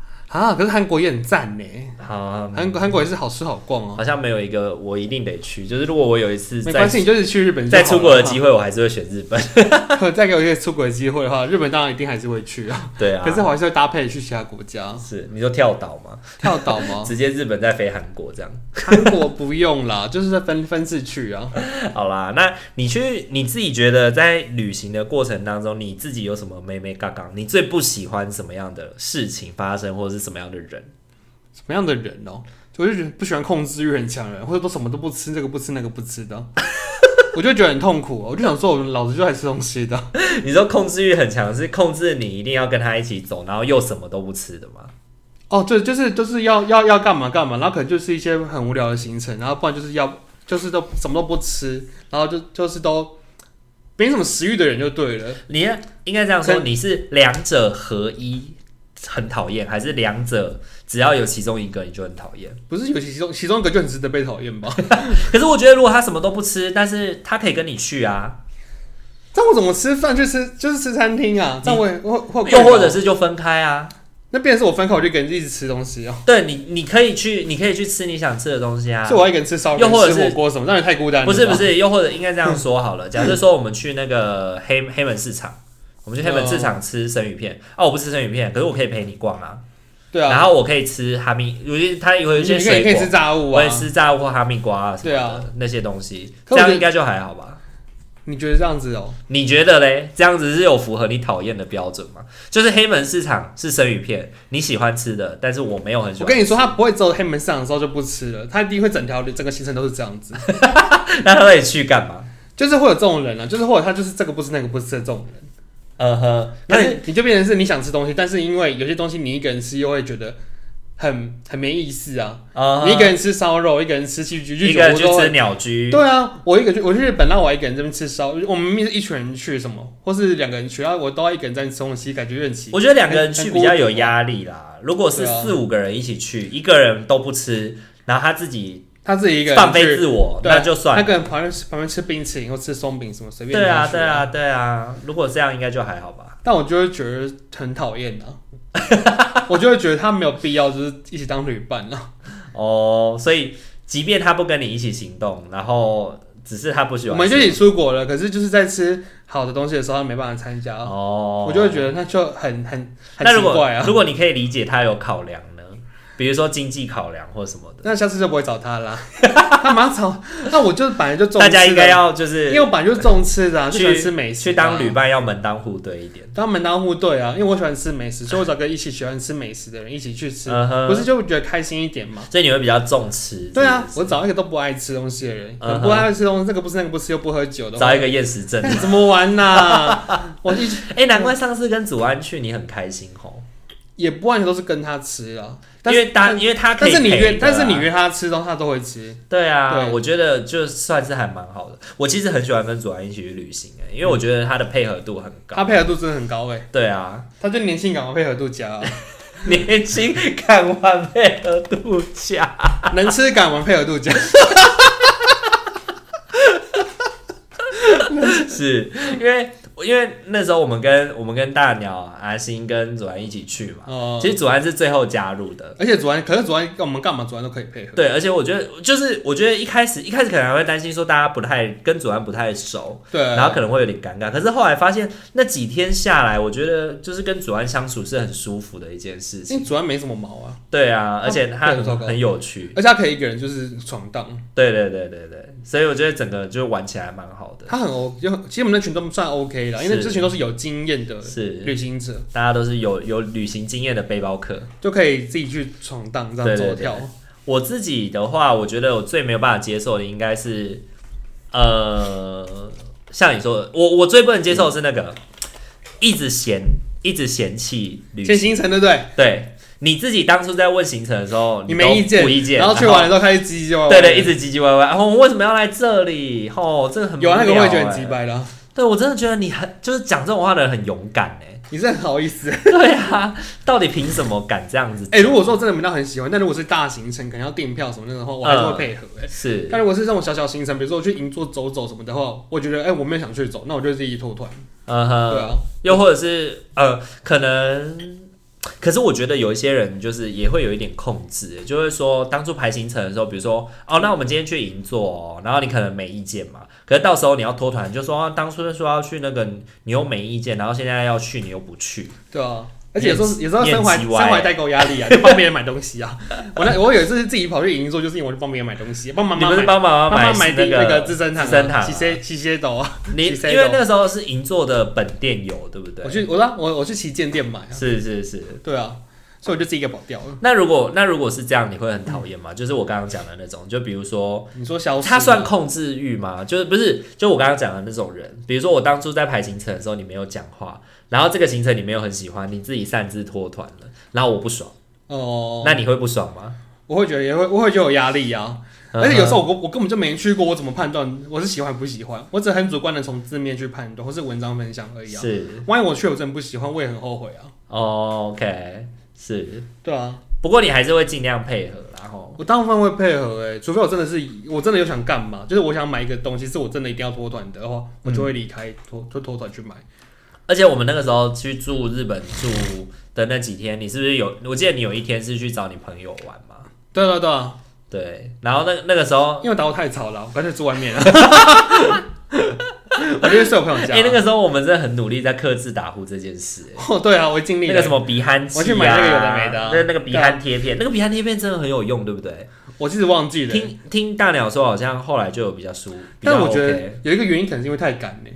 Speaker 2: 可是韩国也很赞呢，
Speaker 1: 好，
Speaker 2: 韩国韩国也是好吃好逛哦。
Speaker 1: 好像没有一个我一定得去。就是如果我有一次
Speaker 2: 没
Speaker 1: 再
Speaker 2: 关系，你就是去日本
Speaker 1: 再出国的机
Speaker 2: 会
Speaker 1: 会，我还是会选日本。，
Speaker 2: *laughs*
Speaker 1: *laughs*
Speaker 2: 再给我一个出国的机会的话，日本当然一定还是会去
Speaker 1: *laughs*
Speaker 2: 啊。
Speaker 1: 对啊，
Speaker 2: 可是我还是会搭配去其他国家
Speaker 1: 是你就跳岛嘛，
Speaker 2: 跳岛
Speaker 1: *laughs*
Speaker 2: 吗？
Speaker 1: 直接日本再飞韩国这样。
Speaker 2: 韩国不用啦，就是分分次去啊。
Speaker 1: 好啦，那你去你自己觉得在旅行的过程当中，你自己有什么妹妹嘎嘎？你最不喜欢什么样的事情发生，或者是什么样的人？ *laughs*
Speaker 2: 什么样的人哦、我就觉得不喜欢控制欲很强的人，或者都什么都不吃，这个不吃那个不吃的， *laughs* 我就觉得很痛苦。哦我就想说，我老子就爱吃东西的。
Speaker 1: 你说控制欲很强，是控制你一定要跟他一起走，然后又什么都不吃的吗？
Speaker 2: 哦，对，就是就是要要要干嘛干嘛，然后可能就是一些很无聊的行程，然后不然就是要就是都什么都不吃，然后就就是都没什么食欲的人就对了。
Speaker 1: 你应该这样说，
Speaker 2: 跟
Speaker 1: 你是两者合一很讨厌，还是两者只要有其中一个你就很讨厌？
Speaker 2: 不是有其中其中一个就很值得被讨厌
Speaker 1: *laughs*
Speaker 2: 吧？
Speaker 1: 可是我觉得如果他什么都不吃，但是他可以跟你去啊，
Speaker 2: 但我怎么吃饭去吃就是吃餐厅啊？但我也我我
Speaker 1: 嗯又或者是就分开啊。
Speaker 2: 那变成是我分开，我就一个人一直吃东西啊，
Speaker 1: 对你，你可以去，你可以去吃你想吃的东西啊。
Speaker 2: 所以我要一个人吃烧
Speaker 1: 又或
Speaker 2: 肉、
Speaker 1: 者是
Speaker 2: 吃火锅什么，让人太孤单了。
Speaker 1: 不是不，是，又或者应该这样说好了。假设说我们去那个黑黑门市场，我们去黑门市场吃生鱼片。哦，我不吃生鱼片，可是我可以陪你逛啊。
Speaker 2: 对啊。
Speaker 1: 然后我可以吃哈密，有些它有一些
Speaker 2: 你可以可
Speaker 1: 水
Speaker 2: 以
Speaker 1: 果
Speaker 2: 吃，炸物
Speaker 1: 我
Speaker 2: 啊
Speaker 1: 也。吃炸物或哈密瓜啊什么
Speaker 2: 对啊
Speaker 1: 的那些东西，
Speaker 2: 可
Speaker 1: 这
Speaker 2: 我觉得
Speaker 1: 样应该就还好吧？
Speaker 2: 你觉得这样子哦、
Speaker 1: 你觉得嘞？这样子是有符合你讨厌的标准吗？就是黑门市场是生鱼片，你喜欢吃的，但是啊我没有很喜
Speaker 2: 我
Speaker 1: 欢。
Speaker 2: 跟你说，他不会只有黑门市场的时候就不吃了，他一定会整条整个行程都是这样子，
Speaker 1: 那他到底去干嘛？
Speaker 2: 就是会有这种人啊，就是或者他就是这个不吃那个不吃的这种人。
Speaker 1: 嗯哼，
Speaker 2: 那
Speaker 1: 但
Speaker 2: 你
Speaker 1: 是
Speaker 2: 你就变成呃是你想吃东西，但是因为有些东西你一个人吃又会觉得很很没意思啊。
Speaker 1: 嗯哼
Speaker 2: 你一个人吃烧肉，一个人吃去居居
Speaker 1: 一
Speaker 2: 酒
Speaker 1: 个人
Speaker 2: 屋
Speaker 1: 去
Speaker 2: 都
Speaker 1: 吃
Speaker 2: 会。
Speaker 1: 鸟居，
Speaker 2: 对啊，我一个去我去日本，然后我一个人这边吃烧，我们明明是一群人去什么，或是两个人去，然后我都要一个人在那吃东西，感觉有点奇怪。
Speaker 1: 我觉得两个人去比较有压力啦。如果是
Speaker 2: 对啊
Speaker 1: 四五个人一起去，一个人都不吃，然后他自己
Speaker 2: 他自啊己一个人
Speaker 1: 放飞
Speaker 2: 去
Speaker 1: 自我，
Speaker 2: 对啊
Speaker 1: 那就算
Speaker 2: 他
Speaker 1: 了。
Speaker 2: 可能旁边吃旁边吃冰淇淋或吃松饼什么，随便
Speaker 1: 对
Speaker 2: 你
Speaker 1: 啊，
Speaker 2: 去
Speaker 1: 对。啊，对啊。如果这样，应该就还好吧。
Speaker 2: 但我就会觉得很讨厌啊， *laughs* 我就会觉得他没有必要，就是一起当旅伴啊。
Speaker 1: 哦，所以即便他不跟你一起行动，然后只是啊他不喜
Speaker 2: 我
Speaker 1: 欢
Speaker 2: 们就
Speaker 1: 吃，
Speaker 2: 一起出国了，可是就是在吃好的东西的时候，他没办法参加，啊
Speaker 1: 哦，
Speaker 2: 我就会觉得那就很很很
Speaker 1: 那如
Speaker 2: 奇
Speaker 1: 果
Speaker 2: 怪啊。
Speaker 1: 如果你可以理解他有考量呢，比如说经济考量或什么的，
Speaker 2: 那下次就不会找 *laughs* 他啦。干嘛找？那我就本来就重吃的，
Speaker 1: 大家应该要就是
Speaker 2: 因为我本来就是重吃的、啊，就喜欢吃美食、
Speaker 1: 去当旅，伴要门当户对一点。
Speaker 2: 当门当户对啊。因为我喜欢吃美食，所以我找个一起喜欢吃美食的人一起去吃，
Speaker 1: 嗯哼
Speaker 2: 不是就觉得开心一点吗？
Speaker 1: 所以你会比较重吃，
Speaker 2: 对啊
Speaker 1: 是，
Speaker 2: 我找一个都不爱吃东西的人，
Speaker 1: 嗯哼
Speaker 2: 很不爱吃东西，这个不吃那个不吃又不喝酒
Speaker 1: 不
Speaker 2: 的
Speaker 1: 是 *laughs*
Speaker 2: 话，
Speaker 1: 找一个厌食症。
Speaker 2: 看怎么玩呐、 *laughs* 我一直
Speaker 1: 哎、难怪上次跟祖安去你很开心吼，
Speaker 2: 也不完全都是跟他吃啊，
Speaker 1: 因
Speaker 2: 但是
Speaker 1: 为他因为他可
Speaker 2: 但
Speaker 1: 以
Speaker 2: 是你
Speaker 1: 陪
Speaker 2: 约，
Speaker 1: 的啊
Speaker 2: 但是你约他吃，东西他都会吃。
Speaker 1: 对啊，
Speaker 2: 对
Speaker 1: 我觉得就算是还蛮好的。我其实很喜欢跟祖安一起去旅行、哎，因为我觉得他的配合度很高。
Speaker 2: 他配合度真的很高诶、
Speaker 1: 对啊，
Speaker 2: 他就年轻感和配合度佳啊、
Speaker 1: *laughs* 年轻看完配合度假，
Speaker 2: 能吃感玩配合度啊佳。
Speaker 1: 是因为因为那时候我们跟我们跟大鸟啊阿星跟祖安一起去嘛，
Speaker 2: 哦、
Speaker 1: 其实祖安是最后加入的。
Speaker 2: 而且昨晚，可是昨晚我们干嘛？昨晚都可以配合。
Speaker 1: 对，而且我觉得就是我觉得一开始一开始可能还会担心说大家不太跟祖安不太熟，
Speaker 2: 对，
Speaker 1: 然后可能会有点尴尬。可是后来发现，那几天下来，我觉得就是跟祖安相处是很舒服的一件事
Speaker 2: 因
Speaker 1: 情。
Speaker 2: 为昨晚没什么毛啊，
Speaker 1: 嗯对啊，而且他
Speaker 2: 对很糟
Speaker 1: 很
Speaker 2: 糕
Speaker 1: 很有趣。
Speaker 2: 而且他可以一个人就是闯荡，
Speaker 1: 对对对对对，所以我觉得整个就玩起来蛮好的。
Speaker 2: 他很 O，就其实我们那群都算 OK 啦，因为
Speaker 1: 是
Speaker 2: 这群都是有经验的
Speaker 1: 是，
Speaker 2: 旅行者。
Speaker 1: 大家都是有有旅行经验的背包客。
Speaker 2: 就可以自己去闯荡，这
Speaker 1: 对
Speaker 2: 样
Speaker 1: 对
Speaker 2: 走跳。
Speaker 1: 我自己的话，我觉得我最没有办法接受的应该是，呃，像你说的，我我最不能接受的是那个一直嫌一直嫌弃旅
Speaker 2: 先行
Speaker 1: 行，
Speaker 2: 程对不对？
Speaker 1: 对，你自己当初在问行程的时候，
Speaker 2: 你
Speaker 1: 都
Speaker 2: 没意见，
Speaker 1: 无意见，
Speaker 2: 然后去哦完了之后开始唧唧歪歪，
Speaker 1: 对对，一直唧唧歪歪。然、后我为什么要来这里？哦，这个很
Speaker 2: 有啊那个
Speaker 1: 无
Speaker 2: 我
Speaker 1: 聊
Speaker 2: 也觉得
Speaker 1: 欸
Speaker 2: 很鸡。掰了，
Speaker 1: 对我真的觉得你很就是讲这种话的人很勇敢哎、
Speaker 2: 你是很好意思。
Speaker 1: 对啊，到底凭什么敢这样子？
Speaker 2: 哎，如果说真的没到很喜欢，但如果是大行程，可能要订票什么那种的话，
Speaker 1: 嗯
Speaker 2: 我还是会配合哎。
Speaker 1: 是
Speaker 2: 但如果是这种小小行程，比如说我去银座走走什么的话，我觉得哎我没有想去走，那我就自己脱团。
Speaker 1: 嗯哼，
Speaker 2: 对啊，
Speaker 1: 又或者是呃，可能，可是我觉得有一些人就是也会有一点控制，就会说当初排行程的时候，比如说哦，那我们今天去银座、哦，然后你可能没意见嘛，可是到时候你要脱团，你就说、啊、当初说要去那个，你又没意见，然后现在要去你又不去，
Speaker 2: 对啊。而且有时候
Speaker 1: 你
Speaker 2: 有时候
Speaker 1: 你
Speaker 2: 身
Speaker 1: 很
Speaker 2: 怀
Speaker 1: 鸡
Speaker 2: 身
Speaker 1: 歪欸
Speaker 2: 怀代购压力啊，就 *laughs* 帮别人买东西啊。 *laughs* 我那我有一次自己跑去银座，就是因为我去帮别人买东西，帮妈
Speaker 1: 你
Speaker 2: 妈
Speaker 1: 不是
Speaker 2: 买
Speaker 1: 帮
Speaker 2: 妈
Speaker 1: 妈妈
Speaker 2: 妈买
Speaker 1: 那
Speaker 2: 的那个
Speaker 1: 个
Speaker 2: 资生堂啊，
Speaker 1: 资生堂啊
Speaker 2: 洗些洗些斗啊。
Speaker 1: 你
Speaker 2: 去 Sego
Speaker 1: 因为那时候是银座的本店有，对不对
Speaker 2: 我？去，我让我我去旗舰店买啊。
Speaker 1: 是是是。
Speaker 2: 对啊，所以我就自己给跑掉了。
Speaker 1: 那如果那如果是这样，你会很讨厌吗？就是我刚刚讲的那种，就比如说
Speaker 2: 你说消失吗，
Speaker 1: 他算控制欲吗？就是不是？就我刚刚讲的那种人，比如说我当初在排行程的时候，你没有讲话，然后这个行程你没有很喜欢，你自己擅自脱团了，然后我不爽，
Speaker 2: 哦，
Speaker 1: 那你会不爽吗？
Speaker 2: 我会觉得也会，我会觉得有压力啊。
Speaker 1: 嗯哼
Speaker 2: 而且有时候我我根本就没去过，我怎么判断我是喜欢不喜欢？我只很主观的从字面去判断，或是文章分享而已啊。
Speaker 1: 是
Speaker 2: 万一我去我真的不喜欢，我也很后悔啊。
Speaker 1: 哦，OK，是，
Speaker 2: 对啊，
Speaker 1: 不过你还是会尽量配合啦，然后
Speaker 2: 我大部分会配合诶、除非我真的是我真的有想干嘛，就是我想买一个东西，是我真的一定要脱团的话，我
Speaker 1: 嗯
Speaker 2: 就会离开脱就脱团去买。
Speaker 1: 而且我们那个时候去住日本住的那几天，你是不是有？我记得你有一天是去找你朋友玩嘛？
Speaker 2: 对啊对啊对啊，
Speaker 1: 对，然后那那个时候，
Speaker 2: 因为打我太吵了，我干脆住外面了。啊 *laughs* 我就去睡我朋友家。啊
Speaker 1: 哎、那个时候我们真的很努力在克制打呼这件事、哎
Speaker 2: 哦，对啊，我尽力
Speaker 1: 那
Speaker 2: 了。
Speaker 1: 个什么鼻鼾器、啊，
Speaker 2: 我去买那个有的没的啊
Speaker 1: 那那个鼻鼾贴片，那个鼻鼾贴片真的很有用，对不对？
Speaker 2: 我其实忘记了欸、
Speaker 1: 听听大鸟说，好像后来就有比较舒，比较
Speaker 2: 但我觉
Speaker 1: OK
Speaker 2: 得有一个原因可能是因为太赶了、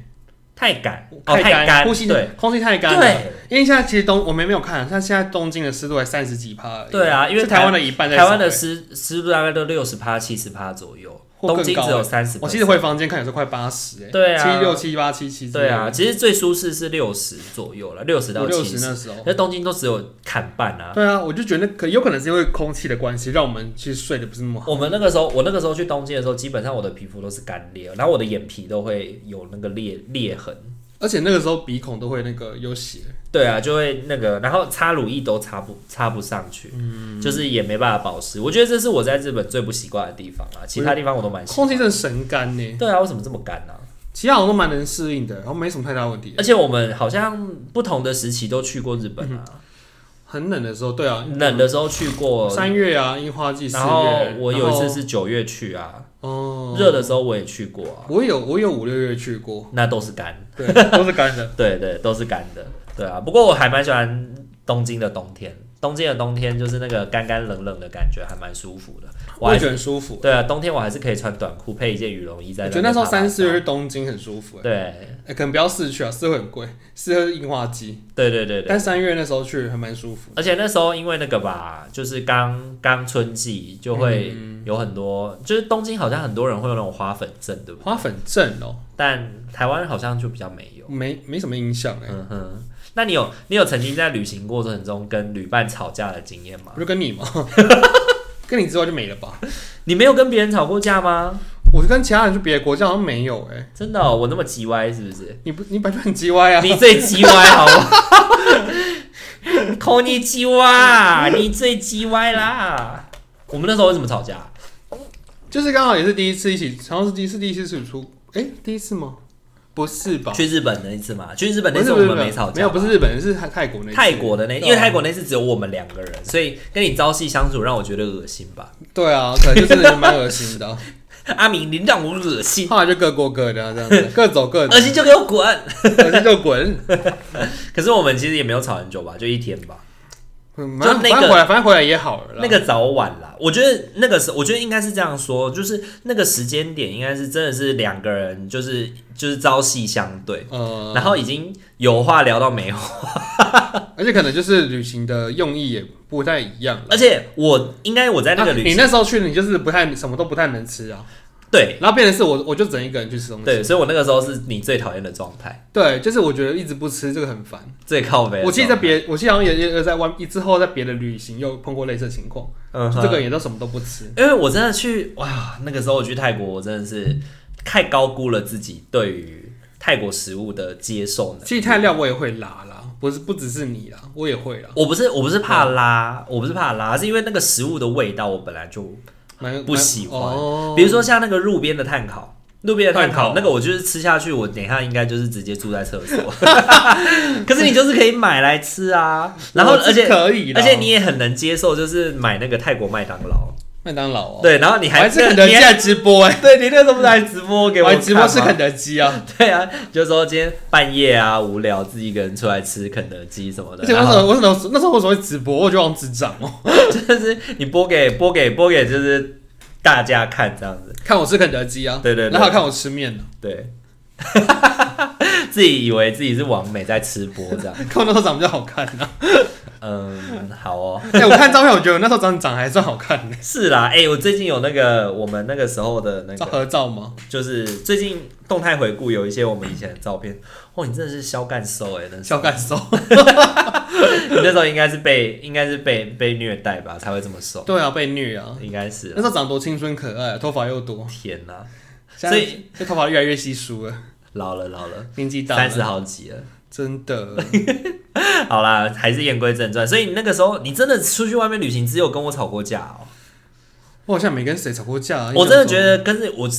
Speaker 1: 太赶哦，太
Speaker 2: 干，
Speaker 1: 干，
Speaker 2: 呼吸
Speaker 1: 对
Speaker 2: 空气太干了。
Speaker 1: 对，
Speaker 2: 因为现在其实东我们没有看，啊像现在东京的湿度才三十几帕而已。
Speaker 1: 对啊因为
Speaker 2: 是台湾的一半在少欸，
Speaker 1: 台湾的湿湿度大概都六十趴、七十趴左右，
Speaker 2: 或更
Speaker 1: 东京只
Speaker 2: 高
Speaker 1: 有
Speaker 2: 欸
Speaker 1: 三十。
Speaker 2: 我记得回房间看有时候快八十哎，
Speaker 1: 对啊
Speaker 2: 七六七八七七之类
Speaker 1: 对
Speaker 2: 的
Speaker 1: 啊，，其实最舒适是六十左右了，六十
Speaker 2: 五
Speaker 1: 到
Speaker 2: 六
Speaker 1: 七
Speaker 2: 十
Speaker 1: 十，
Speaker 2: 那时候。
Speaker 1: 那东京都只有砍半啊。
Speaker 2: 对啊，我就觉得可有可能是因为空气的关系，让我们其实睡得不是那么好。
Speaker 1: 我们那个时候，我那个时候去东京的时候，基本上我的皮肤都是干裂，然后我的眼皮都会有那个裂裂痕。
Speaker 2: 而且那个时候鼻孔都会那个有血，
Speaker 1: 对啊，就会那个，然后擦乳液都擦不擦不上去，
Speaker 2: 嗯
Speaker 1: 就是也没办法保湿。我觉得这是我在日本最不习惯的地方啊，其他地方我都蛮习
Speaker 2: 空
Speaker 1: 惯。
Speaker 2: 气真的神干呢。
Speaker 1: 对啊，为什么这么干呢、
Speaker 2: 其他我都蛮能适应的，然后没什么太大问题。
Speaker 1: 而且我们好像不同的时期都去过日本啊，
Speaker 2: 很冷的时候，对啊，
Speaker 1: 冷的时候去过，
Speaker 2: 三月啊，樱花季，四
Speaker 1: 然后
Speaker 2: 月。
Speaker 1: 我有一次
Speaker 2: 然后
Speaker 1: 是九月去啊，
Speaker 2: 哦，
Speaker 1: 热的时候我也去过啊，
Speaker 2: 我有我有五六月去过，
Speaker 1: 那都是干， *laughs*
Speaker 2: 对，都是干的。
Speaker 1: 对对，都是干的，对啊。不过我还蛮喜欢东京的冬天，东京的冬天就是那个干干冷冷的感觉，还蛮舒服的。
Speaker 2: 我
Speaker 1: 我还
Speaker 2: 也觉得很舒服。
Speaker 1: 对啊，冬天我还是可以穿短裤配一件羽绒衣在。
Speaker 2: 我觉得那时候三四月去，东京很舒服、欸，
Speaker 1: 对
Speaker 2: 哎、可能不要四去啊，四会很贵，四会是樱花季，
Speaker 1: 对对对对，
Speaker 2: 但三月那时候去还蛮舒服。
Speaker 1: 而且那时候因为那个吧，就是刚刚春季就会
Speaker 2: 嗯
Speaker 1: 有很多，就是东京好像很多人会有那种花粉症，对不对？
Speaker 2: 花粉症哦、
Speaker 1: 但台湾好像就比较没有。
Speaker 2: 没没什么印象哎、
Speaker 1: 嗯哼，那你有你有曾经在旅行过程中跟旅伴吵架的经验吗
Speaker 2: 我？就跟你
Speaker 1: *laughs*
Speaker 2: 嘛，跟你之后就没了吧？
Speaker 1: 你没有跟别人吵过架吗？
Speaker 2: 我是跟其他人去别的国家好像没有哎、
Speaker 1: 真的哦、我那么叽歪是不是？
Speaker 2: 你不你百分之
Speaker 1: *laughs*
Speaker 2: 歪啊？
Speaker 1: 你最叽歪好吗？ *laughs* 扣你叽歪，你最叽歪啦！我们那时候为什么吵架？
Speaker 2: 就是刚好也是第一次一起，好像是第一次第一次一起出，哎、第一次吗？不是吧？
Speaker 1: 去日本那一次嘛，去日本那
Speaker 2: 不
Speaker 1: 次
Speaker 2: 是
Speaker 1: 我
Speaker 2: 不是
Speaker 1: 们
Speaker 2: 不
Speaker 1: 哦没
Speaker 2: 是
Speaker 1: 吵架吧，
Speaker 2: 没有不是日本是泰泰国那一次
Speaker 1: 泰国的那，
Speaker 2: 对啊
Speaker 1: 因为泰国那次只有我们两个人，所以跟你朝夕相处让我觉得恶心吧。
Speaker 2: 对啊，可能就真的蛮恶心的啊、
Speaker 1: *laughs* 阿明，你让我恶心，
Speaker 2: 后来就各过各的、啊，这样
Speaker 1: *laughs*
Speaker 2: 子，各走各的
Speaker 1: 恶，心就给我滚！
Speaker 2: 可是就滚。
Speaker 1: 可是我们其实也没有吵很久吧，就一天吧。
Speaker 2: 嗯，
Speaker 1: 就
Speaker 2: 反正
Speaker 1: 那
Speaker 2: 反
Speaker 1: 个
Speaker 2: 正回来，反正回来也好了啦。
Speaker 1: 那个早晚啦，我觉得那个时，我觉得应该是这样说，就是那个时间点应该是真的是两个人就是就是朝夕相对，
Speaker 2: 呃，
Speaker 1: 然后已经有话聊到没话，
Speaker 2: 而且可能就是旅行的用意也不太一样了。
Speaker 1: 而且我应该我在那个
Speaker 2: 啊
Speaker 1: 旅
Speaker 2: 你
Speaker 1: 行，
Speaker 2: 那时候去，你就是不太什么都不太能吃啊。
Speaker 1: 对
Speaker 2: 然后变成是我我就只能一个人去吃东
Speaker 1: 对，
Speaker 2: 西。
Speaker 1: 所以我那个时候是你最讨厌的状态，
Speaker 2: 对，就是我觉得一直不吃这个很烦。
Speaker 1: 最靠北的状态。
Speaker 2: 我记得在
Speaker 1: 啊
Speaker 2: 别，我记得好像也也在外之后在别的旅行又碰过类似的情况，
Speaker 1: 嗯
Speaker 2: 就
Speaker 1: 哼
Speaker 2: 这个也都什么都不吃。
Speaker 1: 因为我真的去哇，那个时候我去泰国，我真的是太高估了自己对于泰国食物的接受能
Speaker 2: 其
Speaker 1: 力。
Speaker 2: 实太料我也会拉啦，不是不只是你啦，我也会啦，
Speaker 1: 我不是我不是怕拉，我不是怕拉，是因为那个食物的味道我本来就，
Speaker 2: 蛮蛮
Speaker 1: 不喜欢
Speaker 2: 哦，
Speaker 1: 比如说像那个路边的炭烤。路边的炭
Speaker 2: 炭烤
Speaker 1: 烤，那个我就是吃下去，我等一下应该就是直接住在厕
Speaker 2: *laughs*
Speaker 1: 所。 *laughs* 可是你就是可以买来吃啊，然后
Speaker 2: 我是
Speaker 1: 而且
Speaker 2: 可以啦，
Speaker 1: 而且你也很能接受，就是买那个泰国麦当劳，
Speaker 2: 麦当劳哦，，
Speaker 1: 对，然后你
Speaker 2: 我
Speaker 1: 还
Speaker 2: 还吃肯
Speaker 1: 那
Speaker 2: 德
Speaker 1: 你
Speaker 2: 基
Speaker 1: 还
Speaker 2: 还直播哎，
Speaker 1: 对你那时候不是还直播给
Speaker 2: 我
Speaker 1: 我
Speaker 2: 还直播吃
Speaker 1: 看吗
Speaker 2: 肯德基啊，
Speaker 1: *laughs* 对啊，就说今天半夜啊无聊，自己一个人出来吃肯德基什么的，
Speaker 2: 而且我
Speaker 1: 然
Speaker 2: 那时候
Speaker 1: 后
Speaker 2: 我那时候那时候我怎么会直播，我就往智障哦，
Speaker 1: 就是你播给播给播给就是大家看这样子，
Speaker 2: 看我吃肯德基啊，
Speaker 1: 对对对
Speaker 2: 然后还看我吃面啊呢，
Speaker 1: 对， *laughs* 自己以为自己是王美在吃播这 *laughs* 样，
Speaker 2: 看我那时候长得比较好看啊，
Speaker 1: 嗯，好哦，
Speaker 2: 哎，我看照片我觉得我那时候长得长得还算好看呢，
Speaker 1: 是啦，哎、我最近有那个我们那个时候的那
Speaker 2: 照
Speaker 1: 个，
Speaker 2: 合照吗？
Speaker 1: 就是最近动态回顾有一些我们以前的照片，哦，你真的是肖干瘦哎，那时
Speaker 2: 小
Speaker 1: 候
Speaker 2: 感受，
Speaker 1: 你那时候应该是被应该是被被虐待吧，才会这么瘦，
Speaker 2: 对啊，被虐啊，
Speaker 1: 应该是
Speaker 2: 那
Speaker 1: 啦
Speaker 2: 时候长得多青春可爱啊，头发又多，
Speaker 1: 天哪、
Speaker 2: 现
Speaker 1: 所
Speaker 2: 在
Speaker 1: 以
Speaker 2: 这头发越来越稀疏了，
Speaker 1: 老了老了。
Speaker 2: 年纪大
Speaker 1: 三
Speaker 2: 了
Speaker 1: 十，啊好几了，
Speaker 2: 真的。
Speaker 1: 好啦，还是言归正传。所以你那个时候，你真的出去外面旅行，只有跟我吵过架哦、
Speaker 2: 我好像没跟谁吵过架、啊。
Speaker 1: 我真的觉
Speaker 2: 得
Speaker 1: 得跟着我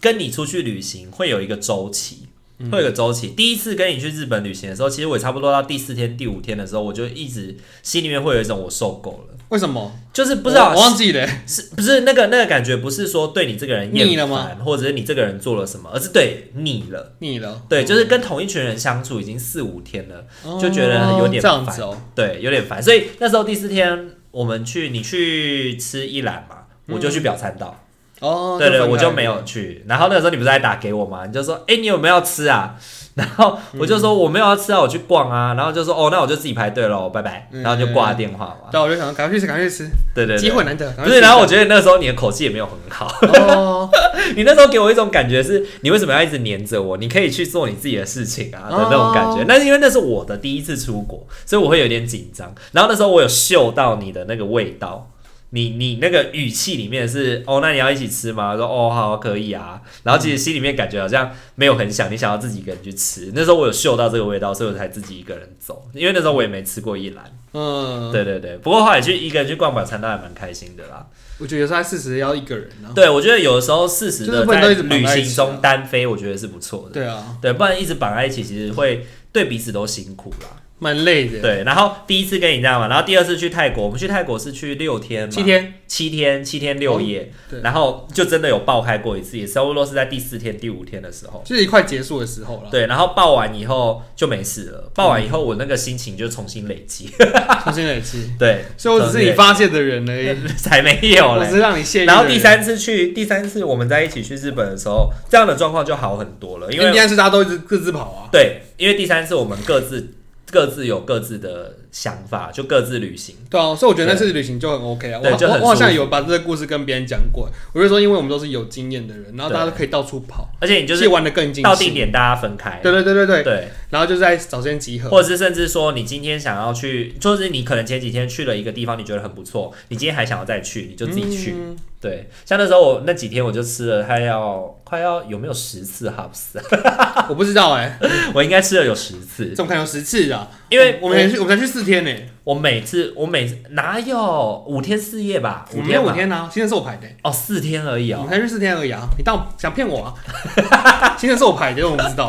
Speaker 1: 跟你出去旅行会有一个周期，
Speaker 2: 嗯
Speaker 1: 会有一个周期。第一次跟你去日本旅行的时候，其实我差不多到第四天、第五天的时候，我就一直心里面会有一种我受够了，
Speaker 2: 为什么？
Speaker 1: 就是不知道
Speaker 2: 我我忘记了、
Speaker 1: 是不是那个那个感觉，不是说对你这个人
Speaker 2: 腻了
Speaker 1: 厌
Speaker 2: 吗
Speaker 1: 烦，或者是你这个人做了什么，而是对腻了。
Speaker 2: 腻了。
Speaker 1: 对，就是跟同一群人相处已经四五天了，就觉得有点
Speaker 2: 哦这样
Speaker 1: 烦
Speaker 2: 子哦。
Speaker 1: 对，有点烦。所以那时候第四天，我们去你去吃一兰嘛，我
Speaker 2: 嗯
Speaker 1: 就去表参道。
Speaker 2: 哦，
Speaker 1: 对对，
Speaker 2: 分开
Speaker 1: 我就没有去。然后那个时候你不是还打给我吗？你就说，哎、你有没有要吃啊？ *laughs* 然后我就说我没有要吃啊，我去逛啊。然后就说，哦，那我就自己排队喽，拜拜。
Speaker 2: 嗯
Speaker 1: 然后就挂电话嘛。
Speaker 2: 对，我就想赶快去吃，赶快去吃，
Speaker 1: 对对
Speaker 2: 机
Speaker 1: 对。
Speaker 2: 会难得。赶
Speaker 1: 不
Speaker 2: 快
Speaker 1: 是，
Speaker 2: 去
Speaker 1: 然后我觉得那时候你的口气也没有很好， *laughs*
Speaker 2: 哦，
Speaker 1: 你那时候给我一种感觉是，你为什么要一直黏着我？你可以去做你自己的事情啊的那种感觉
Speaker 2: 哦。
Speaker 1: 那是因为那是我的第一次出国，所以我会有点紧张。然后那时候我有嗅到你的那个味道，你你那个语气里面是哦，那你要一起吃吗？我说哦，好，可以啊。然后其实心里面感觉好像没有很想，你想要自己一个人去吃。那时候我有嗅到这个味道，所以我才自己一个人走，因为那时候我也没吃过一兰。
Speaker 2: 嗯，
Speaker 1: 对对对，不过后来去一个人去逛晚餐，倒还蛮开心的啦。
Speaker 2: 我觉得有时候四十要一个人啊。
Speaker 1: 对，我觉得有的时候适时
Speaker 2: 就是
Speaker 1: 的
Speaker 2: 不能
Speaker 1: 在
Speaker 2: 都一直绑在
Speaker 1: 旅
Speaker 2: 一
Speaker 1: 行
Speaker 2: 起
Speaker 1: 中
Speaker 2: 啊
Speaker 1: 单飞，我觉得是不错的。
Speaker 2: 对啊，
Speaker 1: 对，不然一直绑在一起，其实会对彼此都辛苦啦。
Speaker 2: 蛮累的。
Speaker 1: 对，然后第一次跟你这样嘛，然后第二次去泰国，我们去泰国是去六天嘛，
Speaker 2: 七天，哦
Speaker 1: 七天，七天六夜，
Speaker 2: 对
Speaker 1: 然后就真的有爆开过一次，也差不多是在第四天、第五天的时候。
Speaker 2: 就是一快结束的时候了，
Speaker 1: 对，然后爆完以后就没事了，爆完以后我那个心情就重新累积。
Speaker 2: 嗯重新累积。
Speaker 1: 对， *laughs*
Speaker 2: 所以我只是你发泄的人而已，
Speaker 1: 才没有
Speaker 2: 我
Speaker 1: 嘞
Speaker 2: 只。是让你泄欲的人。
Speaker 1: 然后第三次去，第三次我们在一起去日本的时候，这样的状况就好很多了，因
Speaker 2: 因为
Speaker 1: 为
Speaker 2: 第三是大家都一直各自跑啊。
Speaker 1: 对，因为第三次我们各自各自有各自的想法，就各自旅行。
Speaker 2: 对啊，所以我觉得那次旅行就很 OK 啊。我
Speaker 1: 对就很
Speaker 2: 我我好像
Speaker 1: 舒
Speaker 2: 有把这个故事跟别人讲过，我就说因为我们都是有经验的人，然后大家
Speaker 1: 对
Speaker 2: 都可以到处跑，
Speaker 1: 而且你就
Speaker 2: 可以
Speaker 1: 是
Speaker 2: 玩的更尽兴。
Speaker 1: 到定点大家分开，
Speaker 2: 对对对对对，
Speaker 1: 对，
Speaker 2: 然后就在早间集合。
Speaker 1: 或者是甚至说你今天想要去，就是你可能前几天去了一个地方，你觉得很不错，你今天还想要再去，你就自己去。
Speaker 2: 嗯
Speaker 1: 对，像那时候我那几天我就吃了快要快要有没有十次 hops， *laughs*
Speaker 2: 我不知道哎、
Speaker 1: 我应该吃了有十次，
Speaker 2: 怎么可能有十次啊？
Speaker 1: 因为
Speaker 2: 我们才去，我们才去四天欸呢、
Speaker 1: 我每次我每次哪有五天四夜吧，
Speaker 2: 我
Speaker 1: 五
Speaker 2: 们没有
Speaker 1: 天
Speaker 2: 五
Speaker 1: 吧，
Speaker 2: 天啊，行程是我排的、
Speaker 1: 哦四天而已
Speaker 2: 我
Speaker 1: 哦
Speaker 2: 们。才去四天而已啊！你当我想骗我啊？
Speaker 1: *laughs*
Speaker 2: 行程是我排的，我不知道。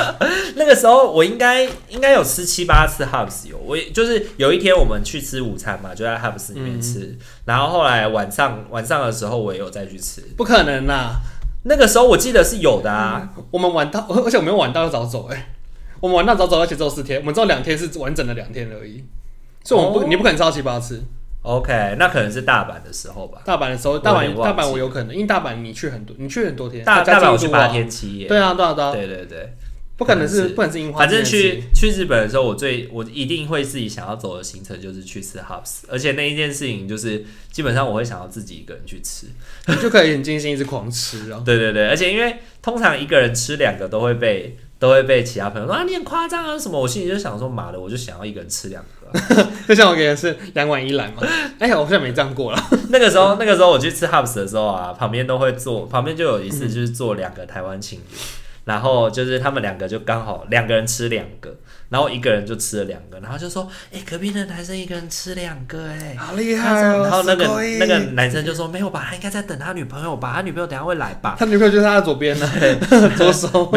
Speaker 1: 那个时候我应该应该有吃七八次 Hubs 有，我也就是有一天我们去吃午餐嘛，就在 Hubs 里面吃，
Speaker 2: 嗯
Speaker 1: 然后后来晚上晚上的时候我也有再去吃，
Speaker 2: 不可能啊呐、
Speaker 1: 那个时候我记得是有的啊，
Speaker 2: 我们晚到，而且我们晚到要早走哎、我们晚到早走，而且只有四天，我们只有两天是完整的两天而已，所以我们不，
Speaker 1: 哦
Speaker 2: 你不可能超七八次。
Speaker 1: OK，那可能是大阪的时候吧，
Speaker 2: 大阪的时候，
Speaker 1: 有
Speaker 2: 大
Speaker 1: 点
Speaker 2: 阪
Speaker 1: 忘
Speaker 2: 大
Speaker 1: 记
Speaker 2: 阪我有可能，因为大阪你去很多，你去很多天，
Speaker 1: 大
Speaker 2: 加
Speaker 1: 大
Speaker 2: 京
Speaker 1: 阪我
Speaker 2: 都
Speaker 1: 去
Speaker 2: 啊
Speaker 1: 八天七夜，
Speaker 2: 对啊，对啊，对啊，
Speaker 1: 对对对，
Speaker 2: 不可能
Speaker 1: 可能
Speaker 2: 是
Speaker 1: 是
Speaker 2: 不可能是樱花
Speaker 1: 反
Speaker 2: 这件
Speaker 1: 正
Speaker 2: 事，
Speaker 1: 去去日本的时候，我最我一定会自己想要走的行程就是去吃 hops，而且那一件事情就是基本上我会想要自己一个人去吃。
Speaker 2: 你就可以很尽兴，一直狂吃啊。
Speaker 1: 对对对，而且因为通常一个人吃两个都会被都会被其他朋友说啊你很夸张啊什么，我心里就想说妈的，我就想要一个人吃两个啊、 *laughs*
Speaker 2: 就像我给的是两碗一兰嘛，哎呀，我好像没这样
Speaker 1: *laughs*
Speaker 2: 过了。
Speaker 1: 那个时候，那个时候我去吃 Hubs 的时候啊，旁边都会坐，旁边就有一次就是坐两个台湾情侣，然后就是他们两个就刚好两个人吃两个，然后一个人就吃了两个，然后就说，哎、隔壁那个男生一个人吃两个、哎。
Speaker 2: 好厉
Speaker 1: 他说然后那个那个男生就说没有吧，他应该在等他女朋友吧，他女朋友等下会来吧。 *laughs*
Speaker 2: 他女朋友就是他的左边呢， *laughs* 左手，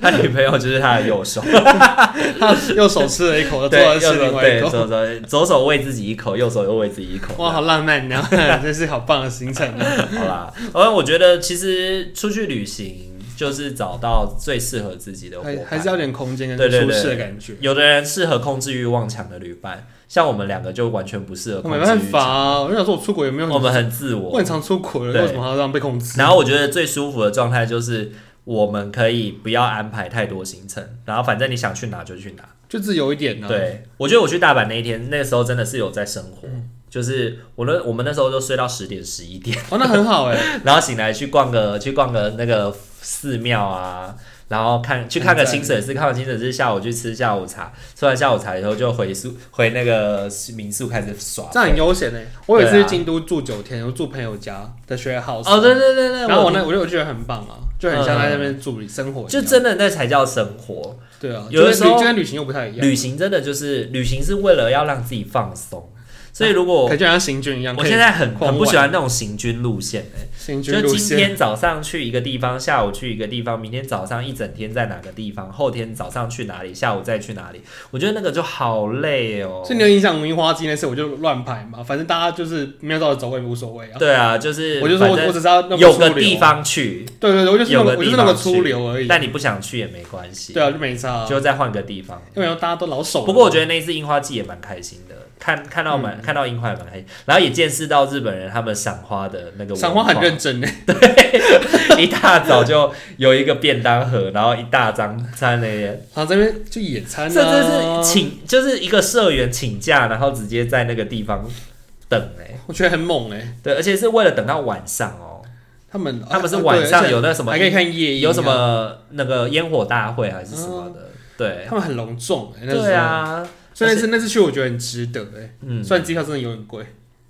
Speaker 1: 他女朋友就是他的右手，
Speaker 2: 他右手吃了一口，左
Speaker 1: 对，
Speaker 2: 手
Speaker 1: 右
Speaker 2: 吃另
Speaker 1: 手
Speaker 2: 外一
Speaker 1: 对
Speaker 2: 口。
Speaker 1: 左手
Speaker 2: *laughs*
Speaker 1: 左手喂自己一口，右手又喂自己一口。
Speaker 2: 哇，好浪漫呢！ *laughs* 真是好棒的行程啊！
Speaker 1: 好啦，而我觉得其实出去旅行就是找到最适合自己的伙
Speaker 2: 还
Speaker 1: 伴，
Speaker 2: 还是要有点空间
Speaker 1: 对
Speaker 2: 跟
Speaker 1: 对
Speaker 2: 舒
Speaker 1: 对
Speaker 2: 适的感觉。
Speaker 1: 有的人适合控制欲望强的旅伴，像我们两个就完全不适合
Speaker 2: 我
Speaker 1: 控制
Speaker 2: 没
Speaker 1: 欲
Speaker 2: 办
Speaker 1: 强。
Speaker 2: 法啊，我就想说我出国有没有
Speaker 1: 我
Speaker 2: 很？
Speaker 1: 们很自
Speaker 2: 我
Speaker 1: 我
Speaker 2: 很。常出国了，
Speaker 1: 对
Speaker 2: 为什么还要让被控制？
Speaker 1: 然后我觉得最舒服的状态就是我们可以不要安排太多行程，然后反正你想去哪就去哪。
Speaker 2: 就自由一点呢。，啊
Speaker 1: 对，我觉得我去大阪那一天，那时候真的是有在生活，
Speaker 2: 嗯
Speaker 1: 就是我那我们那时候就睡到十点十一点，
Speaker 2: 哦，那很好 *laughs* 哎，
Speaker 1: 然后醒来去逛个去逛个那个寺庙啊，然后看去看个清水寺，看完清水寺下午去吃下午茶，吃完下午茶以后就回宿回那个民宿开始耍。
Speaker 2: 这样很悠闲哎。我有一次
Speaker 1: 对啊
Speaker 2: 去京都住九天，我住朋友家的 share house。
Speaker 1: 哦，对对对对，
Speaker 2: 然后我
Speaker 1: 听
Speaker 2: 那我就我觉得很棒啊，就很像在那边住生活一样，
Speaker 1: 就真的那才叫生活，
Speaker 2: 对啊，
Speaker 1: 有的时
Speaker 2: 就是旅
Speaker 1: 候
Speaker 2: 就跟旅行又不太一样，
Speaker 1: 旅行真的就是旅行是为了要让自己放松，所以如果
Speaker 2: 可以就像行军一样。
Speaker 1: 我
Speaker 2: 可以
Speaker 1: 现在很
Speaker 2: 狂
Speaker 1: 很不
Speaker 2: 玩
Speaker 1: 喜欢那种行军路线哎、
Speaker 2: 行
Speaker 1: 就
Speaker 2: 军路
Speaker 1: 是今
Speaker 2: 线，
Speaker 1: 天早上去一个地方，下午去一个地方，明天早上一整天在哪个地方，后天早上去哪里，下午再去哪里，我觉得那个就好累哦。
Speaker 2: 所以你有影响樱花季那次，我就乱排嘛，反正大家就是没有照着走，我也无所谓啊。
Speaker 1: 对啊，就是
Speaker 2: 我就说我
Speaker 1: 反
Speaker 2: 我
Speaker 1: 正
Speaker 2: 只是要弄
Speaker 1: 有
Speaker 2: 出
Speaker 1: 个
Speaker 2: 流
Speaker 1: 地，方去，
Speaker 2: 对对对，我就是
Speaker 1: 有
Speaker 2: 弄
Speaker 1: 个
Speaker 2: 我就是
Speaker 1: 地
Speaker 2: 弄个
Speaker 1: 方
Speaker 2: 出流而
Speaker 1: 去
Speaker 2: 已，，
Speaker 1: 但你不想去也没关系，
Speaker 2: 对啊，就没差啊，
Speaker 1: 就再换个地方。
Speaker 2: 因为大家都老手了。
Speaker 1: 不过我觉得那一次樱花季也蛮开心的，看看到
Speaker 2: 嗯
Speaker 1: 蛮、看到樱花也蛮开心，然后也见识到日本人他们赏花的那个文
Speaker 2: 赏花很认真呢，
Speaker 1: *laughs* 一大早就有一个便当盒，然后一大张在那边
Speaker 2: 然后这边就野餐啊，
Speaker 1: 甚至是请，就是一个社员请假，然后直接在那个地方等哎、
Speaker 2: 我觉得很猛哎，
Speaker 1: 对，而且是为了等到晚上哦、
Speaker 2: 他们
Speaker 1: 他们是
Speaker 2: 啊
Speaker 1: 晚上
Speaker 2: 对而且
Speaker 1: 有那什么
Speaker 2: 还可以看夜莺啊
Speaker 1: 有什，么那个烟火大会还是什么的，对，
Speaker 2: 他们很隆重哎，那时候
Speaker 1: 对，啊，
Speaker 2: 所以那次那次去我觉得很值得哎，
Speaker 1: 嗯
Speaker 2: 虽然机票真的有点贵，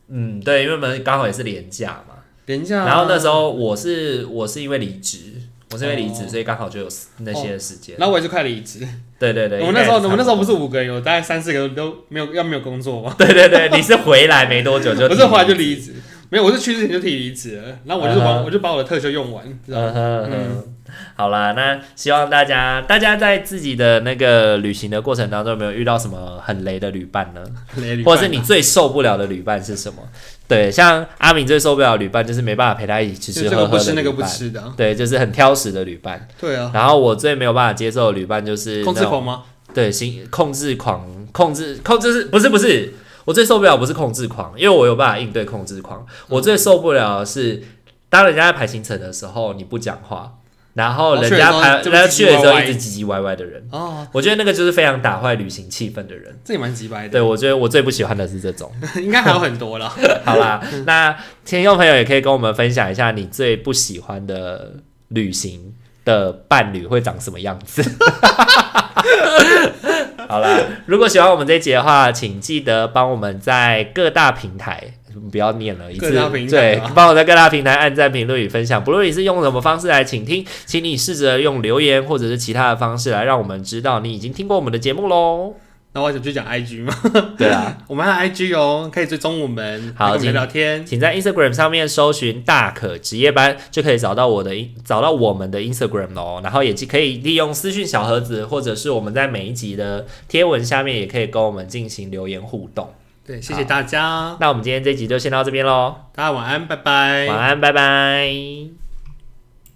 Speaker 1: 嗯，对，因为我们刚好也是廉价嘛，
Speaker 2: 廉价啊，
Speaker 1: 然后那时候我是我是因为离职，我是因为离职，
Speaker 2: 哦
Speaker 1: 所以刚好就有那些时间，
Speaker 2: 然后我也是快离职，
Speaker 1: 对对对，
Speaker 2: 我们那时候我
Speaker 1: 应该也
Speaker 2: 们那时候不是
Speaker 1: 差
Speaker 2: 五个人，有大概三四个都没有要没有工作嘛，
Speaker 1: 多， *laughs* 对对对，你是回来没多久就
Speaker 2: *laughs* 不是后来就
Speaker 1: 离
Speaker 2: 离职，啊没有，我是去之前就提离职了，然后我就是把、
Speaker 1: 嗯哼
Speaker 2: 我就把我的特休用完， *laughs* 知道吗
Speaker 1: 嗯哼嗯哼，好啦，那希望大家大家在自己的那个旅行的过程当中，有没有遇到什么很雷的旅伴呢？
Speaker 2: 累旅伴啊
Speaker 1: 或者是你最受不了的旅伴是什么？对，像阿敏最受不了的旅伴就是没办法陪他一
Speaker 2: 就
Speaker 1: 起吃吃
Speaker 2: 这
Speaker 1: 喝
Speaker 2: 个不
Speaker 1: 喝的
Speaker 2: 吃那
Speaker 1: 旅
Speaker 2: 个不
Speaker 1: 伴，
Speaker 2: 吃的啊、
Speaker 1: 对，就是很挑食的旅伴。
Speaker 2: 对啊，
Speaker 1: 然后我最没有办法接受的旅伴就是
Speaker 2: 控制
Speaker 1: 那种
Speaker 2: 狂吗？
Speaker 1: 对，心控制狂，控制控制是不是不是？我最受不了不是控制狂，因为我有办法应对控制狂。我最受不了的是，当人家在排行程的时候你不讲话，然后人家排
Speaker 2: 哦去
Speaker 1: 人
Speaker 2: 的时候
Speaker 1: 家去的时候
Speaker 2: 就
Speaker 1: 一
Speaker 2: 是
Speaker 1: 直唧唧歪歪的人，
Speaker 2: 哦，
Speaker 1: 我觉得那个就是非常打坏旅行气氛的人。
Speaker 2: 这也蛮鸡掰的，
Speaker 1: 对，我觉得我最不喜欢的是这种。
Speaker 2: *laughs* 应该还有很多啦。
Speaker 1: *laughs* 好啦，那听众朋友也可以跟我们分享一下你最不喜欢的旅行的伴侣会长什么样子。 *laughs* 好啦，如果喜欢我们这一集的话，请记得帮我们在各大平台。不要念了，一次
Speaker 2: 各大平台
Speaker 1: 对
Speaker 2: 啊，
Speaker 1: 帮我在各大平台按赞、评论与分享。不论你是用什么方式来倾听，请你试着用留言或者是其他的方式来让我们知道你已经听过我们的节目喽。
Speaker 2: 那我想去讲 IG 嘛，
Speaker 1: 对啊，
Speaker 2: 我们还有 IG 哦，可以追踪我们，
Speaker 1: 好
Speaker 2: 来跟我
Speaker 1: 今
Speaker 2: 们聊聊天。
Speaker 1: 请在 Instagram 上面搜寻“大可职业班”，就可以找到我的找到我们的 Instagram 哦。然后也可以利用私讯小盒子，或者是我们在每一集的贴文下面，也可以跟我们进行留言互动。
Speaker 2: 对，谢谢大家，
Speaker 1: 那我们今天这集就先到这边喽，
Speaker 2: 大家晚安，拜拜
Speaker 1: 晚安，拜拜